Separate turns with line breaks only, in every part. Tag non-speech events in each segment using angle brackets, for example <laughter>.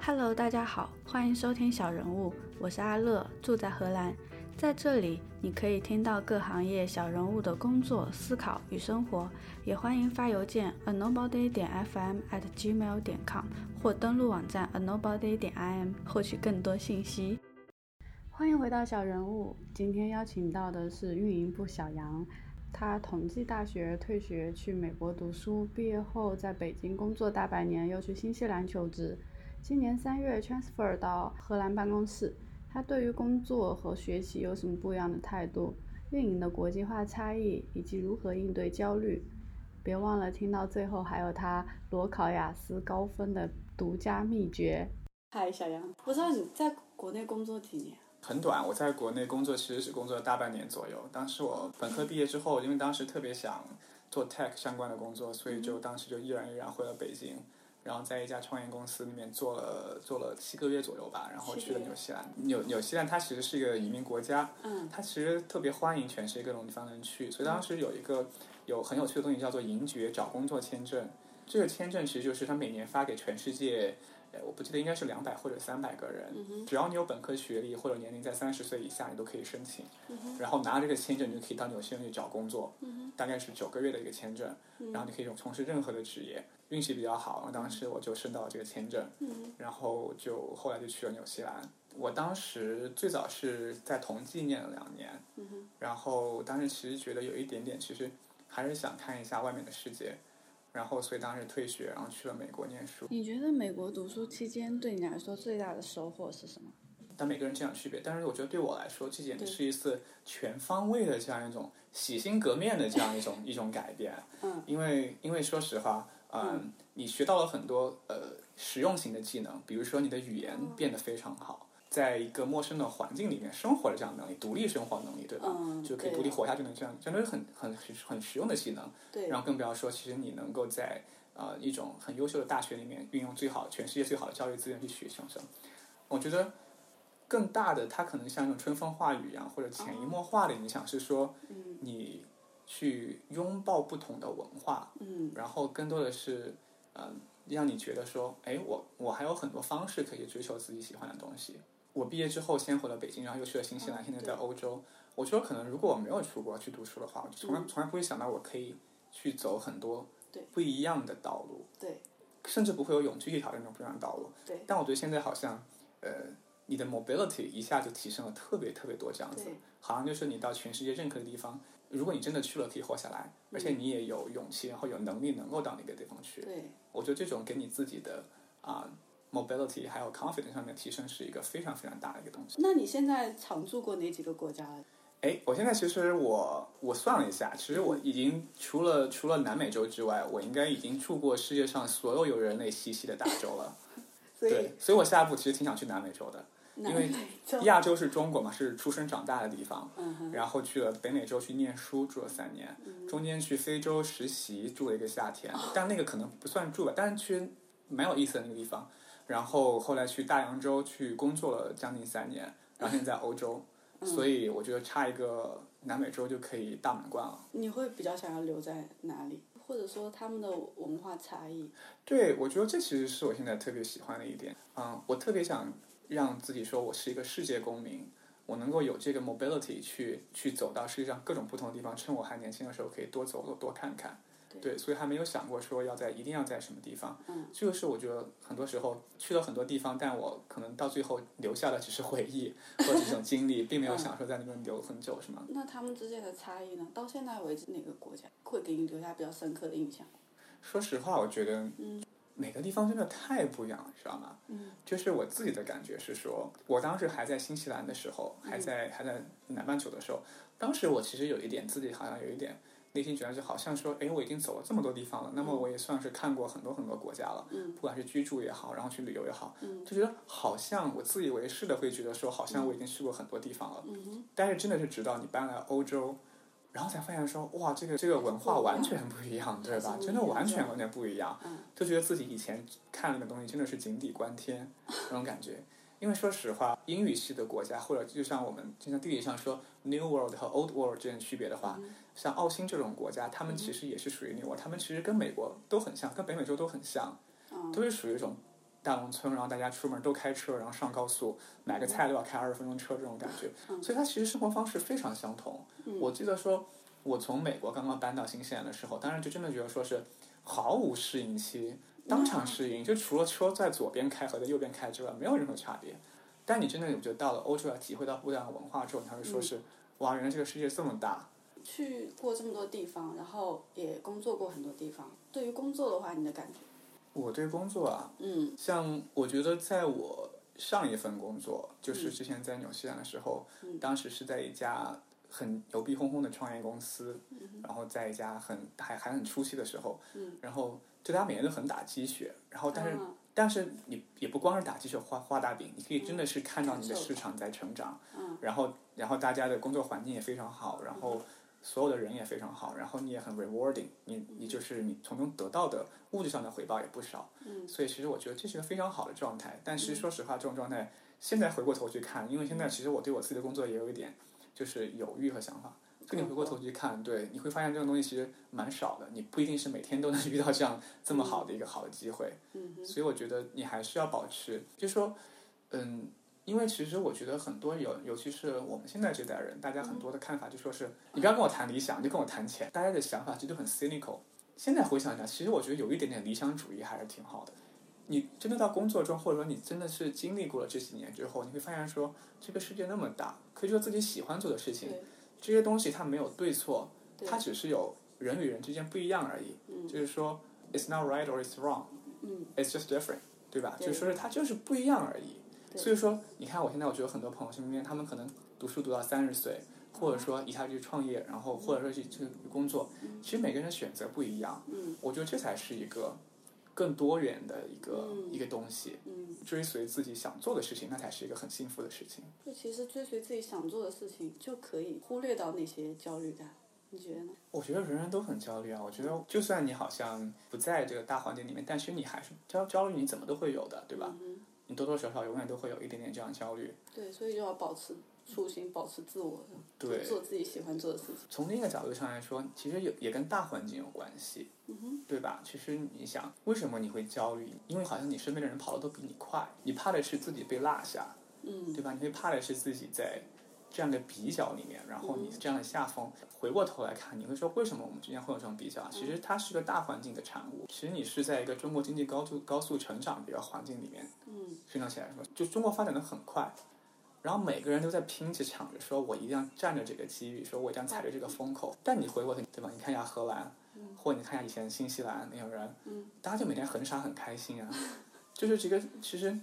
Hello，大家好，欢迎收听小人物，我是阿乐，住在荷兰。在这里，你可以听到各行业小人物的工作、思考与生活，也欢迎发邮件 a nobody 点 fm at gmail 点 com 或登录网站 a nobody 点 im 获取更多信息。欢迎回到小人物，今天邀请到的是运营部小杨，他同济大学退学去美国读书，毕业后在北京工作大半年，又去新西兰求职，今年三月 transfer 到荷兰办公室。他对于工作和学习有什么不一样的态度？运营的国际化差异以及如何应对焦虑？别忘了听到最后还有他裸考雅思高分的独家秘诀。嗨，小杨，不知道你在国内工作几年？
很短，我在国内工作其实只工作了大半年左右。当时我本科毕业之后，因为当时特别想做 tech 相关的工作，所以就当时就毅然毅然回了北京，然后在一家创业公司里面做了做了七个月左右吧，然后去了纽西兰。纽纽西兰它其实是一个移民国家，
嗯，
它其实特别欢迎全世界各种地方的人去，所以当时有一个有很有趣的东西叫做银爵找工作签证。这个签证其实就是它每年发给全世界，呃，我不记得应该是两百或者三百个人，只要你有本科学历或者年龄在三十岁以下，你都可以申请。然后拿这个签证，你就可以到纽西兰去找工作，大概是九个月的一个签证，然后你可以从事任何的职业。运气比较好，当时我就申到了这个签证，然后就后来就去了纽西兰。我当时最早是在同济念了两年，然后当时其实觉得有一点点，其实还是想看一下外面的世界，然后所以当时退学，然后去了美国念书。
你觉得美国读书期间对你来说最大的收获是什么？
但每个人这样区别，但是我觉得对我来说，这简直是一次全方位的这样一种洗心革面的这样
<laughs>
一种一种改变。
嗯，
因为因为说实话，嗯，你学到了很多呃实用型的技能，比如说你的语言
嗯
变得非常好，在一个陌生的环境里面生活的这样的能力，独立生活的能力，对吧？
嗯
就可以
对
独立活下去的这样，真的是很很很很实用的技能。
对
然后更不要说，其实你能够在呃一种很优秀的大学里面运用最好、全世界最好的教育资源去学上升。我觉得更大的，它可能像一种春风化雨一样，或者潜移默化的影响是说，
嗯
你去拥抱不同的文化，
嗯，
然后更多的是，嗯、让你觉得说，哎，我我还有很多方式可以追求自己喜欢的东西。我毕业之后先回了北京，然后又去了新西
哦
兰，现在在欧洲。我觉得可能如果我没有出国去读书的话，我就从来从来不会想到我可以去走很多
嗯对
不一样的道路，
对
甚至不会有勇气去挑战这种不一样的道路。
对
但我觉得现在好像，呃，你的 mobility 一下就提升了特别特别多，这样子
对，
好像就是你到全世界任何的地方，如果你真的去了，可以活下来，
嗯
而且你也有勇气，然后有能力能够到那个地方去。
对，
我觉得这种给你自己的啊、mobility 还有 confidence 上面提升是一个非常非常大的一个东西。
那你现在常住过哪几个国家了？
哎，我现在其实我我算了一下，其实我已经除了除了南美洲之外，我应该已经住过世界上所有有人类栖息的大洲了。
所以
对，所以我下一步其实挺想去南美洲
<laughs>
的，
南
因为
美洲，
亚洲是中国嘛，是出生长大的地方，
嗯哼，
然后去了北美洲去念书，住了三年，
嗯
中间去非洲实习住了一个夏天，但那个可能不算住吧，但是去蛮有意思的那个地方。然后后来去大洋洲去工作了将近三年，然后现在在欧洲，
嗯
所以我觉得差一个南美洲就可以大满贯了。
你会比较想要留在哪里？或者说他们的文化差异？
对，我觉得这其实是我现在特别喜欢的一点。嗯，我特别想让自己说我是一个世界公民，我能够有这个 mobility 去去走到世界上各种不同的地方，趁我还年轻的时候可以多走走、多看看。对，所以还没有想过说要在一定要在什么地方。
嗯，
这个是我觉得很多时候去了很多地方，但我可能到最后留下的只是回忆或者这种经历，并没有想说在那边留很久，是吗？
那他们之间的差异呢？到现在为止，哪个国家会给你留下比较深刻的印象？
说实话，我觉得每个地方真的太不一样了，知道吗？
嗯，
就是我自己的感觉是说，我当时还在新西兰的时候，还
嗯
在、还在南半球的时候，当时我其实有一点自己好像有一点内心觉得就好像说，哎，我已经走了这么多地方了，那么我也算是看过很多很多国家了，
嗯
不管是居住也好，然后去旅游也好，就觉得好像我自以为是的会觉得说，好像我已经去过很多地方了，
嗯哼，
但是真的是直到你搬来欧洲，然后才发现说，哇，这个这个文化完全不一样，对吧
还？是不一样
真的完全完全不一样
嗯，
就觉得自己以前看那个东西真的是井底观天
<laughs>
那种感觉。因为说实话，英语系的国家，或者就像我们就像地理上说 New World 和 Old World 之间的区别的话，
嗯
像澳新这种国家，他们其实也是属于 New World，他们其实跟美国都很像，跟北美洲都很像，
嗯
都是属于一种大农村，然后大家出门都开车，然后上高速买个菜都要开二十分钟车这种感觉，
嗯
所以它其实生活方式非常相同。我记得说，我从美国刚刚搬到新西兰的时候，当然就真的觉得说是毫无适应期，当场适应，就除了车在左边开和在右边开之外，没有任何差别。但你真的我觉得到了欧洲来体会到不一样的文化之后，你才会说是、哇，原来这个世界这么大。
去过这么多地方，然后也工作过很多地方。对于工作的话，你的感觉？
我对工作啊，
嗯
像我觉得在我上一份工作，就是之前在纽西兰的时候，当时是在一家很牛逼哄哄的创业公司，然后在一家很还还很初期的时候，然后对他每天都很打鸡血，然后但是、
啊
但是你也不光是打鸡血画画大饼，你可以真的是看到你的市场在成长，
嗯
然后然后大家的工作环境也非常好，然后。所有的人也非常好，然后你也很 rewarding，你你就是你从中得到的物质上的回报也不少，
嗯
所以其实我觉得这是一个非常好的状态。但是说实话，这种状态现在回过头去看，因为现在其实我对我自己的工作也有一点就是犹豫和想法。跟你回过头
嗯
去看，对，你会发现这种东西其实蛮少的，你不一定是每天都能遇 <laughs> 到这样这么好的一个好的机会。
嗯哼，
所以我觉得你还是要保持，就是说，嗯，因为其实我觉得很多有，尤其是我们现在这代人，大家很多的看法就说是，你不要跟我谈理想，你就跟我谈钱。大家的想法其实都很 cynical。现在回想一下，其实我觉得有一点点理想主义还是挺好的。你真的到工作中，或者说你真的是经历过了这几年之后，你会发现说，这个世界那么大，可以做自己喜欢做的事情
对，
这些东西它没有对错，
对
它只是有人与人之间不一样而已。就是说，it's not right or it's wrong。
嗯
it's just different，对吧？
对
就是说是它就是不一样而已。
对
所以说，你看我现在，我觉得很多朋友身边，他们可能读书读到三十岁，
嗯
或者说一下就去创业，然后或者说去去工作，其实每个人的选择不一样。
嗯
我觉得这才是一个更多元的一个、
嗯
一个东西，
嗯，
追随自己想做的事情，那才是一个很幸福的事情。
就其实追随自己想做的事情，就可以忽略到那些焦虑感。你觉得呢？
我觉得人人都很焦虑啊！我觉得，就算你好像不在这个大环境里面，但是你还是焦焦虑，你怎么都会有的，对吧？
嗯
你多多少少永远都会有一点点这样的焦虑。
哼，对，所以就要保持初心，保持自我，
对，
做自己喜欢做的事情。
从另一个角度上来说，其实也也跟大环境有关系，
嗯哼，
对吧？其实你想，为什么你会焦虑？因为好像你身边的人跑得都比你快，你怕的是自己被落下，
嗯，
对吧？你会怕的是自己在这样的比较里面，然后
嗯
你这样的下风。回过头来看，你会说，为什么我们之间会有这种比较啊？其
嗯
实它是个大环境的产物。其实你是在一个中国经济高速高速成长的一个环境里面
嗯
生长起来的，就中国发展的很快。然后每个人都在拼着抢着，说我一定要占着这个机遇，说我一定要踩着这个风口。但你回过头，对吧？你看一下荷兰，或者你看一下以前新西兰那种人，
嗯
大家就每天很傻很开
<laughs>
心啊。就是这个，其实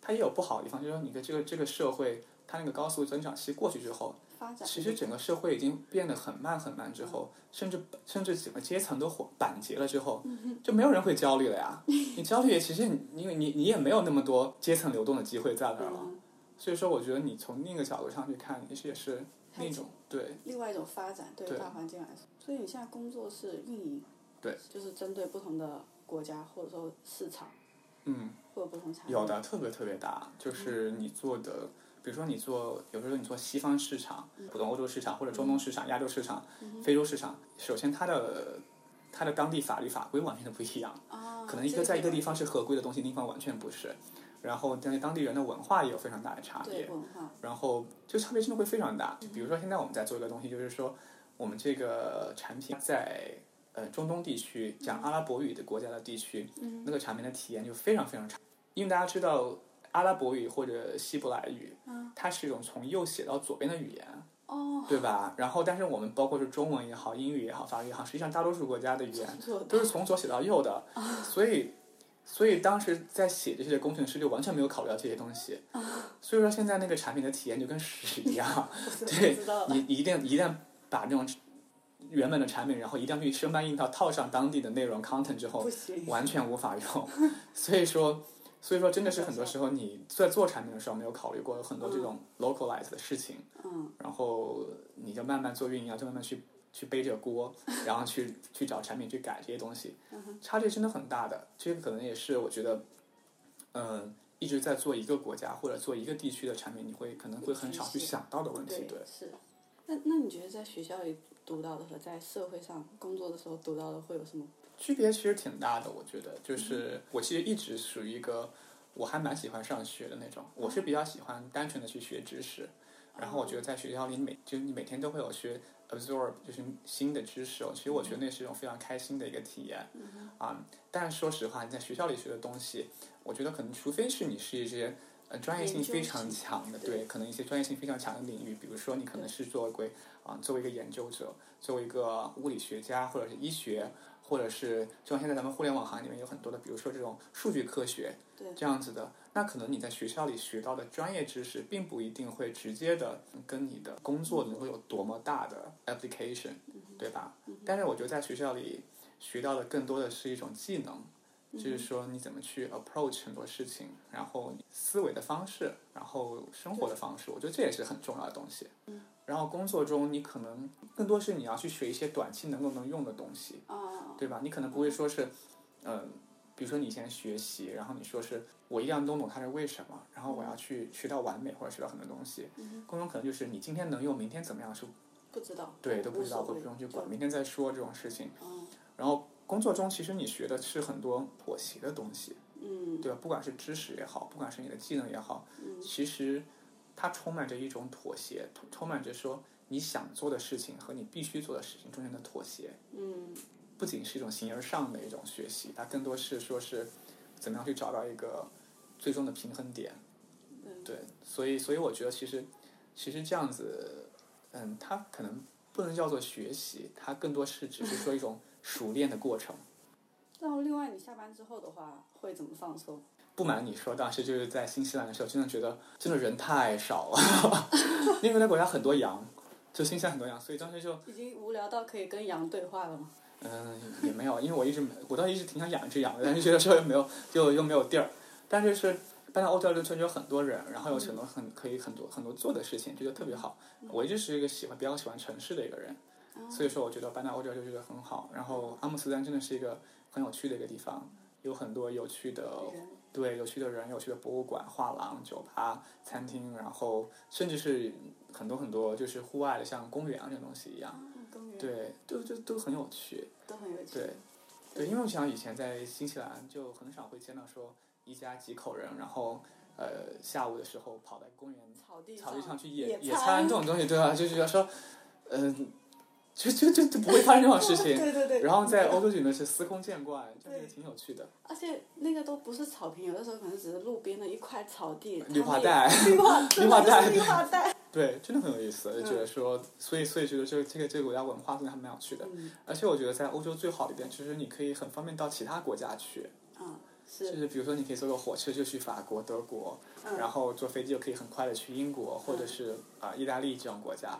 它也有不好的地方，就是说你的这个这个社会，它那个高速增长期过去之后，
发展。
其实整个社会已经变得很慢很慢之后，甚至甚至整个阶层都缓板结了之后，
嗯
就没有人会焦虑了
<laughs>
呀。你焦虑，其实你因为你你也没有那么多阶层流动的机会在那儿了。
嗯，
所以说，我觉得你从另一个角度上去看，也是也是那种对
另外一种发展，对于
对
大环境来说。所以你现在工作是运营，
对，
就是针对不同的国家或者说市场
嗯。
或者不同产业。
有的特别特别大，就是
嗯
你做的，比如说你做，有时候你做西方市场、
嗯
普通欧洲市场或者中东市场、亚洲市场、非洲市场，首先它的它的当地法律法规完全都不一样，
啊，
可能一
这
个在一个地
有
方是合规的东西，另一方完全不是。然后，但是当地人的文化也有非常大的差别
对，文化，
然后这个差别真的会非常大。比如说，现在我们在做一个东西，就是说我们这个产品在呃中东地区讲阿拉伯语的国家的地区，那个产品的体验就非常非常差，因为大家知道阿拉伯语或者希伯来语，它是一种从右写到左边的语言。 <laughs>
哦，
对吧？然后，但是我们包括是中文也好，英语也好，法语也好，实际上大多数国家的语言
做到
都是从左写到右的， <laughs> 所以，所以当时在写这些工程师就完全没有考虑到这些东西，所以说现在那个产品的体验就跟屎一样，
我
对
知道了。
你你一定一旦把那种原本的产品，然后一定要去生搬硬套套上当地的内容 content 之后
不，行，
完全无法用， <laughs> 所以说。所以说，真的是很多时候你在做产品的时候没有考虑过有很多这种 localize 的事情，
嗯，
然后你就慢慢做运营啊，就慢慢去去背这个锅， <laughs> 然后去去找产品去改这些东西，差距真的很大的。这个可能也是我觉得，嗯、一直在做一个国家或者做一个地区的产品，你会可能会很少去想到的问题。对，
是。那那你觉得在学校里读到的和在社会上工作的时候读到的会有什么？
区别其实挺大的，我觉得就是我其实一直属于一个。我还蛮喜欢上学的那种，我是比较喜欢单纯的去学知识。然后我觉得在学校里每就是你每天都会有学 absorb 就是新的知识、哦，其实我觉得那是一种非常开心的一个体验啊、但是说实话，你在学校里学的东西，我觉得可能除非是你是一些呃专业性
研究
非常
型
强的，
对
对，可能一些专业性非常强的领域，比如说你可能是作为啊、作为一个研究者，作为一个物理学家或者是医学。或者是就像现在咱们互联网行业里面有很多的，比如说这种数据科学，
对
这样子的，那可能你在学校里学到的专业知识，并不一定会直接的跟你的工作能够有多么大的 application，对
嗯
吧？但是我觉得在学校里学到的更多的是一种技能，
嗯
就是说你怎么去 approach 很多事情，然后你思维的方式，然后生活的方式，我觉得这也是很重要的东西。
嗯
然后工作中你可能更多是你要去学一些短期能够能用的东西，
啊，
对吧？你可能不会说是，呃，比如说你以前学习，然后你说是我一定要弄懂它是为什么，然后我要
嗯
去学到完美或者学到很多东西。工作可能就是你今天能用，明天怎么样是
不知道，
对都不知道，
哦无所
会
谓
不用去
就
管，明天再说这种事情。
嗯
然后工作中其实你学的是很多妥协的东西，
嗯
对吧？不管是知识也好，不管是你的技能也好，
嗯
其实它充满着一种妥协，充充满着说你想做的事情和你必须做的事情中间的妥协。
嗯
不仅是一种形而上的一种学习，它更多是说是怎么样去找到一个最终的平衡点。
嗯
对，所以所以我觉得其实其实这样子，嗯，它可能不能叫做学习，它更多是只是说一种熟练的过程。
然后另外你下班之后的话会怎么放松？
不瞒你说，当时就是在新西兰的时候，真的觉得真的人太少了， <laughs> 因为那国家很多羊，就新西兰很多羊，所以当时就
已经无聊到可以跟羊对话了吗？
嗯，也没有，因为我一直我倒一直挺想养一只羊的，但是觉得说又没有，就又没有地儿。但是是搬到欧洲留学就有很多人，然后有很多很可以很多很多做的事情，觉得特别好。我一直是一个喜欢比较喜欢城市的一个人，所以说我觉得搬到欧洲就觉得很好。然后阿姆斯特丹真的是一个很有趣的一个地方，有很多有趣的
人
对有趣的人、有趣的博物馆、画廊、酒吧、餐厅，然后甚至是很多很多就是户外的，像公园啊这种东西一样，
啊，公园
对，都都都很有趣。
都很有趣。
对对，因为我想以前在新西兰就很少会见到说一家几口人，然后呃下午的时候跑到公园
草地
草地上去野
野
野餐这种东西，对吧？就是要说，嗯、就就就就不会发生这种事情。
<laughs> 对对对。
然后在欧洲里面是司空见惯，就是
对
挺有趣的
而且那个都不是草坪，有的时候可能只是路边的一块草地，
绿化
他
带。
<laughs> 们也，绿化
<laughs> 绿化带
真的是绿化
<laughs>
带。
对，真的很有意思，就觉
嗯
得说，所以所以觉得这个这个这个国家文化真的还蛮有趣的。
嗯
而且我觉得在欧洲最好的一点就是你可以很方便到其他国家去，
啊，
就是是比如说，你可以坐个火车就去法国、德国，
嗯
然后坐飞机就可以很快的去英国或者是啊、意大利这种国家，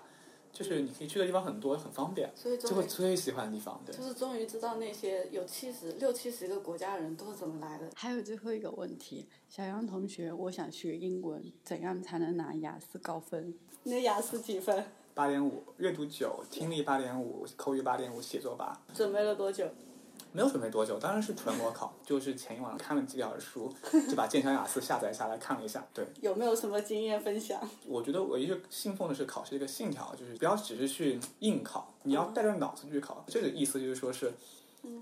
就是你可以去的地方很多，很方便，
所以
这
终
我
于
最喜欢的地方。对
就，是终于知道那些有七十六七十个国家的人都是怎么来的。
还有最后一个问题，小杨同学，我想学英文，怎样才能拿雅思高分？
你的雅思几分？
八点五，阅读九，听力八点五，口语八点五，写作八。
准备了多久？
没有准备多久，当然是纯模考，就是前一晚上看了几个小时书，
<laughs>
就把剑桥雅思下载下来看了一下。对，
有没有什么经验分享？
我觉得我一直信奉的是考试一个信条，就是不要只是去硬考，你要带着脑子去考。这个意思就是说是，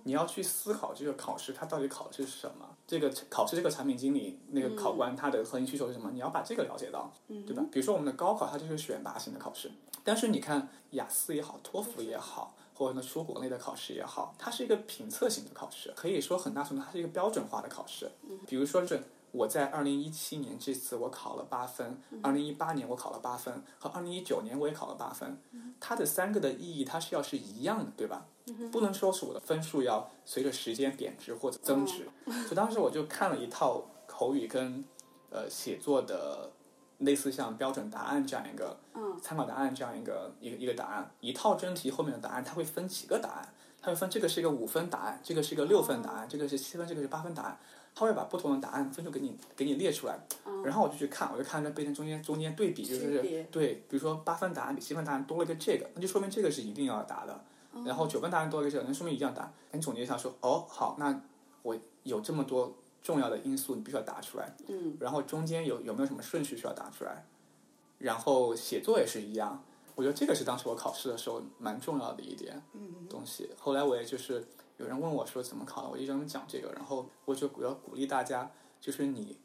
你要去思考这个考试它到底考的是什么，这个考试这个产品经理那个考官他的核心需求是什么，你要把这个了解到，对吧？比如说我们的高考它就是选拔型的考试，但是你看雅思也好，托福也好。或者呢，出国内的考试也好，它是一个评测型的考试，可以说很大程度它是一个标准化的考试。比如说是我在二零一七年这次我考了八分，二零一八年我考了八分，和二零一九年我也考了八分，它的三个的意义它是要是一样的，对吧？不能说是我的分数要随着时间贬值或者增值，所以当时我就看了一套口语跟呃写作的类似像标准答案这样一个
嗯
参考答案这样一个一个一个答案，一套真题后面的答案它会分几个答案，它会分这个是一个五分答案，这个是一个六分答案，这个是七分，这个是八分答案，它会把不同的答案分数给你给你列出来，然后我就去看，我就看那背面中间中间对比，就
嗯区别
是对，比如说八分答案比七分答案多了一个这个，那就说明这个是一定要答的，
哦
然后九分答案多了一个这个，那说明一定要答。你总结一下说，哦，好，那我有这么多重要的因素，你必须要答出来。
嗯，
然后中间有有没有什么顺序需要答出来，然后写作也是一样。我觉得这个是当时我考试的时候蛮重要的一点
嗯
东西。后来我也就是有人问我说怎么考的，我一直跟他们讲这个，然后我就我要鼓励大家，就是你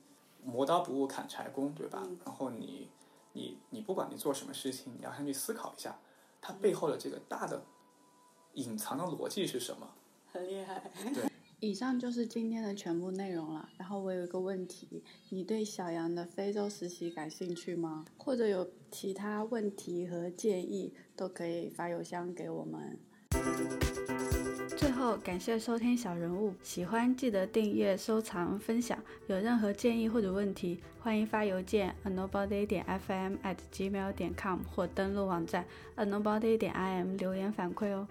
磨刀不误砍柴工，对吧？
嗯
然后你你你不管你做什么事情，你要先去思考一下，它背后的这个大的隐藏的逻辑是什么。
很厉害。 <laughs>
以上就是今天的全部内容了。然后我有一个问题，你对小杨的非洲实习感兴趣吗？或者有其他问题和建议，都可以发邮箱给我们。
最后，感谢收听小人物，喜欢记得订阅、收藏、分享。有任何建议或者问题，欢迎发邮件 a nobody 点 fm at gmail 点 com 或登录网站 a nobody 点 im 留言反馈哦。